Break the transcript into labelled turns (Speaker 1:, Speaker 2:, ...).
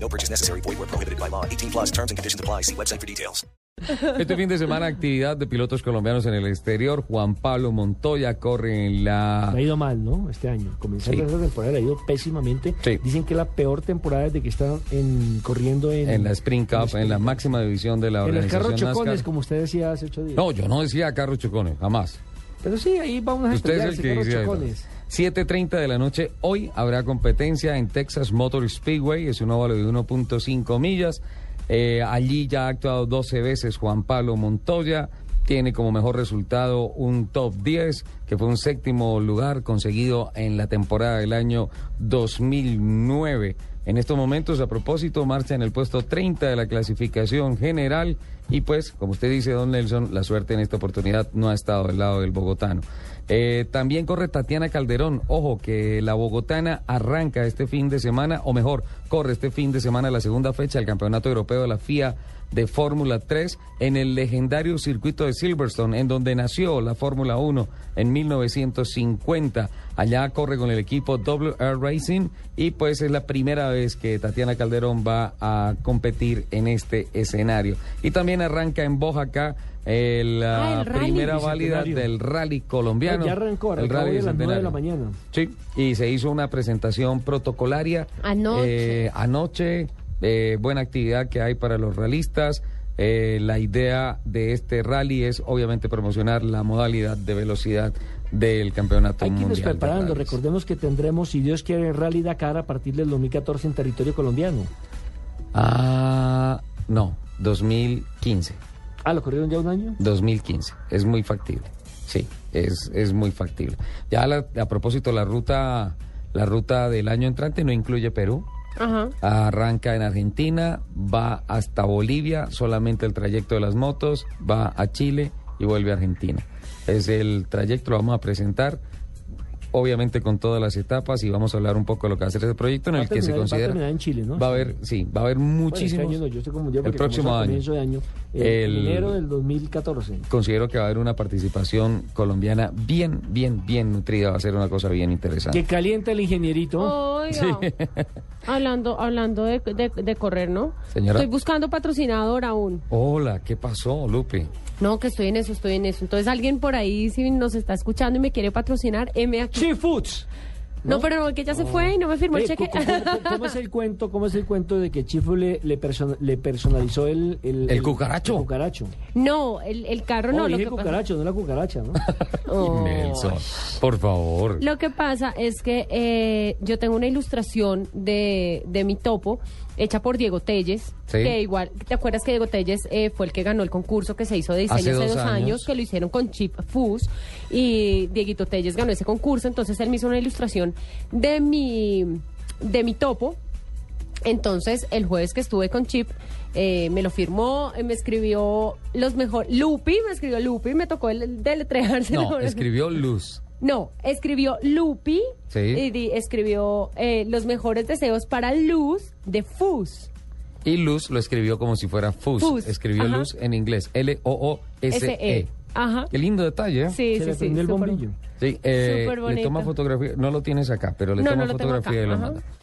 Speaker 1: No purchase necessary. Void where prohibited by law. 18 plus terms and conditions apply. See website for details.
Speaker 2: Este fin de semana, actividad de pilotos colombianos en el exterior. Juan Pablo Montoya corre en la.
Speaker 3: Le ha ido mal, ¿no? Este año. Comenzando
Speaker 2: Sí.
Speaker 3: esta temporada le ha ido pésimamente.
Speaker 2: Sí.
Speaker 3: Dicen que es la peor temporada desde que está en, corriendo en,
Speaker 2: En la Sprint Cup, en la máxima división de la
Speaker 3: en el
Speaker 2: organización
Speaker 3: carro chocones,
Speaker 2: NASCAR.
Speaker 3: como usted decía hace ocho días.
Speaker 2: No, yo no decía carro chocones, jamás.
Speaker 3: Pero sí, ahí vamos a
Speaker 2: Usted es
Speaker 3: estudiar
Speaker 2: el
Speaker 3: ese
Speaker 2: que
Speaker 3: carro
Speaker 2: decía eso.
Speaker 3: chocones.
Speaker 2: 7.30 de la noche, hoy habrá competencia en Texas Motor Speedway, es un óvalo de 1.5 millas. Eh, allí ya ha actuado 12 veces Juan Pablo Montoya, tiene como mejor resultado un top 10, que fue un séptimo lugar conseguido en la temporada del año 2009. En estos momentos, a propósito, marcha en el puesto 30 de la clasificación general y pues, como usted dice, don Nelson, la suerte en esta oportunidad no ha estado del lado del bogotano. Eh, también corre Tatiana Calderón. Ojo, que la bogotana arranca este fin de semana, o mejor, corre este fin de semana la segunda fecha del Campeonato Europeo de la FIA de Fórmula 3 en el legendario circuito de Silverstone, en donde nació la Fórmula 1 en 1950. Allá corre con el equipo WR Racing y pues es la primera vez que Tatiana Calderón va a competir en este escenario. Y también arranca en Bojaca eh, la
Speaker 4: Ah, el rally
Speaker 2: primera válida
Speaker 3: bicentenario.
Speaker 2: del rally colombiano.
Speaker 3: Ah, Ya arrancó,
Speaker 2: el
Speaker 3: arrancó
Speaker 2: rally
Speaker 3: hoy a las nueve de
Speaker 2: bicentenario.
Speaker 3: la mañana.
Speaker 2: Sí, y se hizo una presentación protocolaria.
Speaker 5: Anoche.
Speaker 2: eh, anoche, eh, buena actividad que hay para los realistas. Eh, la idea de este rally es obviamente promocionar la modalidad de velocidad del campeonato
Speaker 3: Hay que
Speaker 2: mundial.
Speaker 3: irnos
Speaker 2: de
Speaker 3: preparando.
Speaker 2: rallies.
Speaker 3: Recordemos que tendremos, si Dios quiere, el Rally Dakar a partir del 2014 en territorio colombiano.
Speaker 2: Ah, no, 2015.
Speaker 3: Ah, ¿lo corrieron ya un año?
Speaker 2: 2015. Es muy factible. Sí, es, es muy factible. Ya la- a propósito, la ruta, la ruta del año entrante no incluye Perú.
Speaker 5: Ajá.
Speaker 2: Arranca en Argentina, va hasta Bolivia, solamente el trayecto de las motos, va a Chile y vuelve a Argentina. Es el trayecto, lo vamos a presentar, obviamente con todas las etapas y vamos a hablar un poco de lo que va a ser este proyecto en
Speaker 3: Va a
Speaker 2: el que se
Speaker 3: terminar- va a
Speaker 2: considera...
Speaker 3: terminar en Chile, ¿no?
Speaker 2: Va a haber, sí, va a haber muchísimos...
Speaker 3: Bueno, este año no, yo estoy como
Speaker 2: el
Speaker 3: yo porque
Speaker 2: próximo
Speaker 3: estamos a
Speaker 2: año.
Speaker 3: comienzo de año. El,
Speaker 2: El-
Speaker 3: enero del 2014.
Speaker 2: considero que va a haber una participación colombiana bien, bien, bien nutrida. Va a ser una cosa bien
Speaker 3: Que
Speaker 2: interesante.
Speaker 3: calienta el ingenierito.
Speaker 5: Oh. Oiga, hablando, hablando de, de- de correr, ¿no?
Speaker 2: Señora.
Speaker 5: Estoy buscando patrocinador aún.
Speaker 2: Hola, ¿qué pasó, Lupe?
Speaker 5: No, que estoy en eso, estoy en eso. Entonces alguien por ahí, si nos está escuchando y me quiere patrocinar, M aquí.
Speaker 3: Chief Foods.
Speaker 5: No, pero no, que ya se fue y no me firmó el
Speaker 3: Oye,
Speaker 5: cheque.
Speaker 3: Eh, ¿cómo, cómo- cómo es el cuento? ¿Cómo es el cuento de que Chifu le, le, perso- le personalizó el,
Speaker 2: El cucaracho.
Speaker 3: el cucaracho.
Speaker 5: no, el, el carro no.
Speaker 3: Oh,
Speaker 5: lo
Speaker 3: dije
Speaker 5: que pasa-
Speaker 3: cucaracho, no la cucaracha, ¿no?
Speaker 5: Oh.
Speaker 2: Nelson, por favor.
Speaker 5: Lo que pasa es que eh, yo tengo una ilustración de, de mi topo hecha por Diego Telles.
Speaker 2: Sí.
Speaker 5: Que igual, ¿te acuerdas que Diego Telles eh, fue el que ganó el concurso que se hizo de diseño
Speaker 2: Hace
Speaker 5: hace dos,
Speaker 2: dos
Speaker 5: años.
Speaker 2: años.
Speaker 5: que lo hicieron con Chip Fus? Y Dieguito Telles ganó ese concurso, entonces él me hizo una ilustración de mi, de mi topo. Entonces, el jueves que estuve con Chip, eh, me lo firmó, eh, me escribió los mejores. Lupi, me escribió Lupi, me tocó el deletrearse.
Speaker 2: No, escribió Luz.
Speaker 5: No, escribió Lupi
Speaker 2: Sí.
Speaker 5: y di- escribió eh, los mejores deseos para Luz de Fus.
Speaker 2: Y Luz lo escribió como si fuera Fus.
Speaker 5: Fus,
Speaker 2: Escribió
Speaker 5: ajá.
Speaker 2: Luz en inglés. L-O-O-S-E.
Speaker 5: S.E., ajá.
Speaker 2: E. Qué lindo detalle. ¿eh?
Speaker 5: Sí,
Speaker 3: Se le
Speaker 5: sí, sí.
Speaker 3: prendió el
Speaker 5: súper-
Speaker 3: bombillo.
Speaker 2: Sí, eh,
Speaker 5: Súper
Speaker 2: le
Speaker 5: bonito.
Speaker 2: toma fotografía. No lo tienes acá, pero le
Speaker 5: No,
Speaker 2: toma
Speaker 5: no lo tengo
Speaker 2: fotografía
Speaker 5: acá,
Speaker 2: y lo
Speaker 5: ajá.
Speaker 2: manda.